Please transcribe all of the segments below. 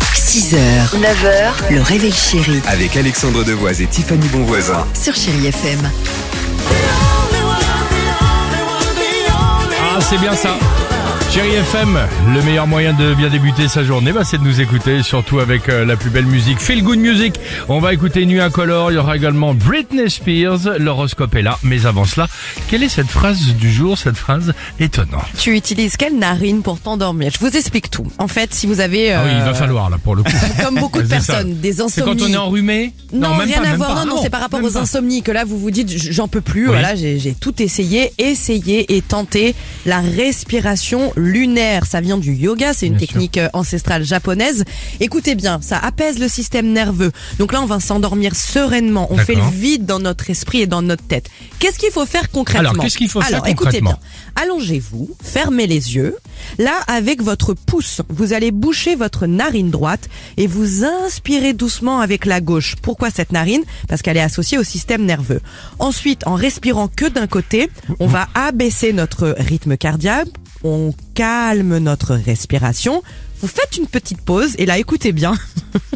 6h, 9h, le réveil chéri Avec Alexandre Devoise et Tiffany Bonvoisin. sur Chéri FM. Ah, c'est bien ça. Chérie FM, le meilleur moyen de bien débuter sa journée, bah, c'est de nous écouter, surtout avec euh, la plus belle musique. Feel Good Music. On va écouter Nuit Incolore. Il y aura également Britney Spears. L'horoscope est là. Mais avant cela, quelle est cette phrase du jour, cette phrase étonnante? Tu utilises quelle narine pour t'endormir Je vous explique tout. En fait, si vous avez, Ah oui, il euh, va falloir, là, pour le coup. comme beaucoup de C'est ça. personnes, des C'est quand insomnies. on est enrhumé? non, même rien pas, à même voir. pas. Ah Non, non, c'est par rapport même aux pas. insomnies que là vous vous dites, j- j'en peux plus. Voilà, j'ai j'ai tout essayé, essayé et tenté. La respiration lunaire, ça vient du yoga, c'est une Bien sûr. technique euh, ancestrale japonaise. Écoutez bien, ça apaise le système nerveux. Donc là, on va s'endormir sereinement. On fait le D'accord. vide dans notre esprit et dans notre tête. Qu'est-ce qu'il faut faire concrètement Alors, qu'est-ce qu'il faut faire Alors, écoutez concrètement bien. Allongez-vous, fermez les yeux. Là, avec votre pouce, vous allez boucher votre narine droite et vous inspirez doucement avec la gauche. Pourquoi cette narine Parce qu'elle est associée au système nerveux. Ensuite, en respirant que d'un côté, on va abaisser notre rythme cardiaque, on calme notre respiration. Vous faites une petite pause et là, écoutez bien.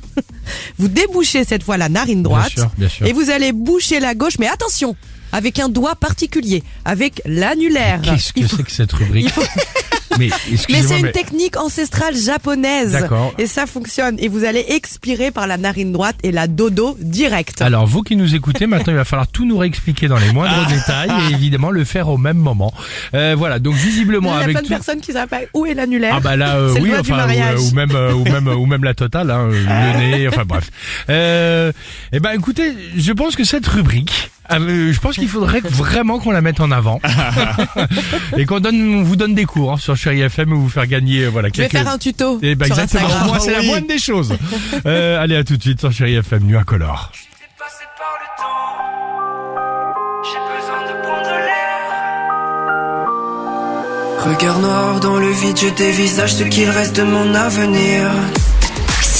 vous débouchez cette fois la narine droite sûr, bien sûr. et vous allez boucher la gauche, mais attention, avec un doigt particulier, avec l'annulaire. Qu'est-ce que Il faut- c'est que cette rubrique? Mais, mais excusez-moi, c'est une mais- technique ancestrale japonaise. D'accord. Et ça fonctionne. Et vous allez expirer par la narine droite et la dodo direct. Alors vous qui nous écoutez, maintenant il va falloir tout nous réexpliquer dans les moindres détails et évidemment le faire au même moment. Euh, voilà, donc Il visiblement y a avec plein de tout- personnes qui savent pas où est l'annulaire. Ah bah là euh, C'est le oui doigt du enfin ou, euh, mariage. ou même euh, ou même ou même la totale hein, euh, le nez enfin bref. Euh, eh ben écoutez, je pense que cette rubrique euh, je pense qu'il faudrait vraiment qu'on la mette en avant et qu'on donne on vous donne des cours hein, sur Chéri FM où vous faire gagner euh, voilà Je vais quelques faire un tuto. Eh ben sur exactement, Instagram. moi c'est la moindre des choses. Euh, allez à tout de suite sur Chéri FM nu incolore. J'ai passé par le temps. J'ai besoin de prendre l'air. Regard noir dans le vide, je dévisage ce qu'il reste de mon avenir.